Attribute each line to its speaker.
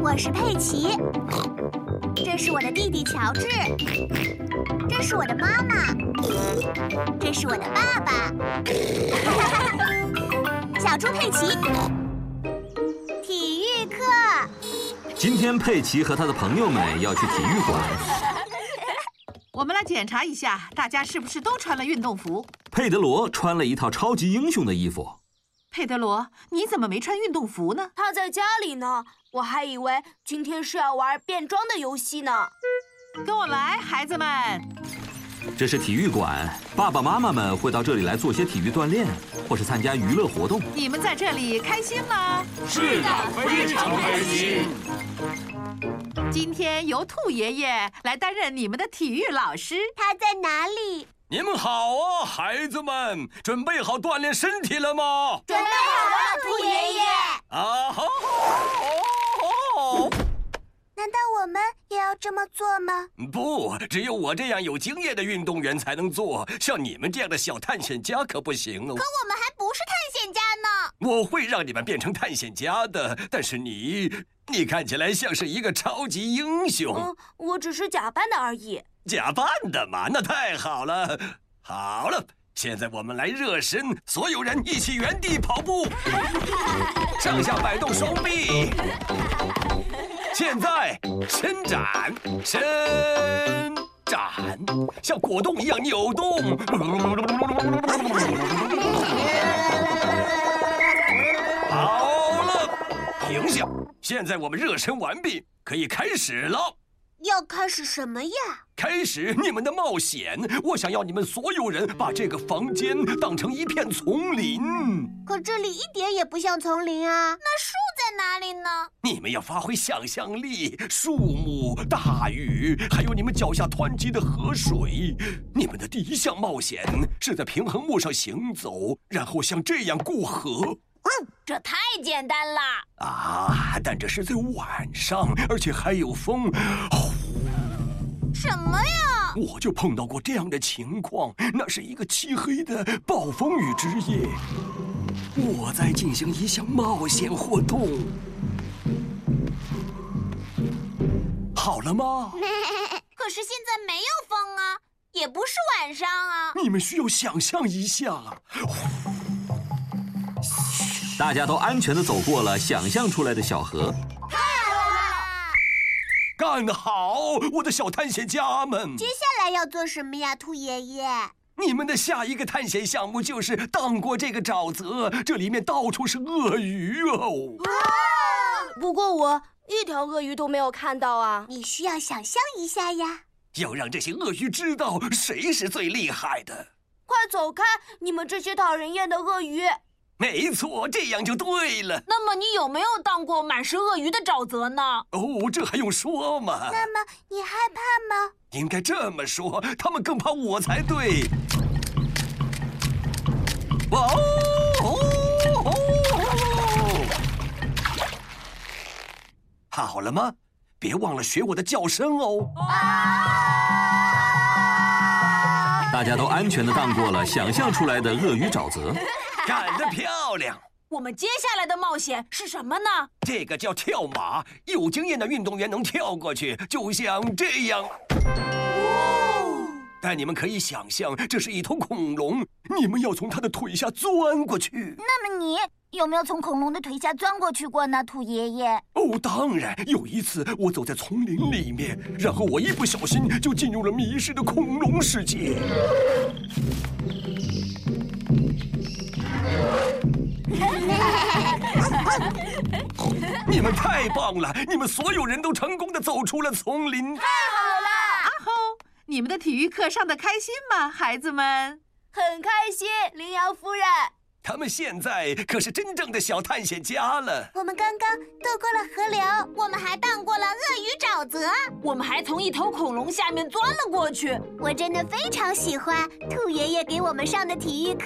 Speaker 1: 我是佩奇，这是我的弟弟乔治，这是我的妈妈，这是我的爸 爸，小猪佩奇。体育课，
Speaker 2: 今天佩奇和他的朋友们要去体育馆。
Speaker 3: 我们来检查一下，大家是不是都穿了运动服？
Speaker 2: 佩德罗穿了一套超级英雄的衣服。
Speaker 3: 佩德罗，你怎么没穿运动服呢？
Speaker 4: 他在家里呢，我还以为今天是要玩变装的游戏呢。
Speaker 3: 跟我来，孩子们。
Speaker 2: 这是体育馆，爸爸妈妈们会到这里来做些体育锻炼，或是参加娱乐活动。
Speaker 3: 你们在这里开心吗？
Speaker 5: 是的，非常开心。
Speaker 3: 今天由兔爷爷来担任你们的体育老师。
Speaker 1: 他在哪里？
Speaker 5: 你们好啊，孩子们，准备好锻炼身体了吗？
Speaker 4: 准备好了，兔爷爷。
Speaker 5: 啊哈！哦哦
Speaker 1: 难道我们也要这么做吗？
Speaker 5: 不，只有我这样有经验的运动员才能做，像你们这样的小探险家可不行哦
Speaker 1: 可。我们还不是探险家呢。
Speaker 5: 我会让你们变成探险家的，但是你，你看起来像是一个超级英雄，
Speaker 4: 嗯，我只是假扮的而已。
Speaker 5: 假扮的嘛，那太好了。好了，现在我们来热身，所有人一起原地跑步，上下摆动双臂。现在伸展，伸展，像果冻一样扭动。好了，停下。现在我们热身完毕，可以开始了。
Speaker 1: 要开始什么呀？
Speaker 5: 开始你们的冒险，我想要你们所有人把这个房间当成一片丛林。
Speaker 1: 可这里一点也不像丛林啊。那树在哪里呢？
Speaker 5: 你们要发挥想象力，树木、大雨，还有你们脚下湍急的河水。你们的第一项冒险是在平衡木上行走，然后像这样过河。
Speaker 4: 这太简单了。
Speaker 5: 啊！但这是在晚上，而且还有风。呼
Speaker 1: 什么呀？
Speaker 5: 我就碰到过这样的情况，那是一个漆黑的暴风雨之夜，我在进行一项冒险活动。好了吗？
Speaker 1: 可是现在没有风啊，也不是晚上啊。
Speaker 5: 你们需要想象一下，
Speaker 2: 大家都安全的走过了想象出来的小河。
Speaker 5: 干得好，我的小探险家们！
Speaker 1: 接下来要做什么呀，兔爷爷？
Speaker 5: 你们的下一个探险项目就是荡过这个沼泽，这里面到处是鳄鱼哦。
Speaker 4: 不过我一条鳄鱼都没有看到啊。
Speaker 1: 你需要想象一下呀。
Speaker 5: 要让这些鳄鱼知道谁是最厉害的。
Speaker 4: 快走开，你们这些讨人厌的鳄鱼！
Speaker 5: 没错，这样就对了。
Speaker 4: 那么你有没有荡过满是鳄鱼的沼泽呢？
Speaker 5: 哦，这还用说吗？
Speaker 1: 那么你害怕吗？
Speaker 5: 应该这么说，他们更怕我才对。哇哦！哦哦哦好了吗？别忘了学我的叫声哦。
Speaker 2: 大家都安全的荡过了想象出来的鳄鱼沼泽。
Speaker 5: 干得漂亮！
Speaker 4: 我们接下来的冒险是什么呢？
Speaker 5: 这个叫跳马，有经验的运动员能跳过去，就像这样。但你们可以想象，这是一头恐龙，你们要从它的腿下钻过去。
Speaker 1: 那么你有没有从恐龙的腿下钻过去过呢，兔爷爷？
Speaker 5: 哦，当然，有一次我走在丛林里面，然后我一不小心就进入了迷失的恐龙世界。你们太棒了！你们所有人都成功的走出了丛林。
Speaker 3: 啊吼！你们的体育课上的开心吗，孩子们？
Speaker 4: 很开心，羚羊夫人。
Speaker 5: 他们现在可是真正的小探险家了。
Speaker 1: 我们刚刚渡过了河流，我们还荡过了鳄鱼沼泽。
Speaker 4: 我们还从一头恐龙下面钻了过去。
Speaker 1: 我真的非常喜欢兔爷爷给我们上的体育课。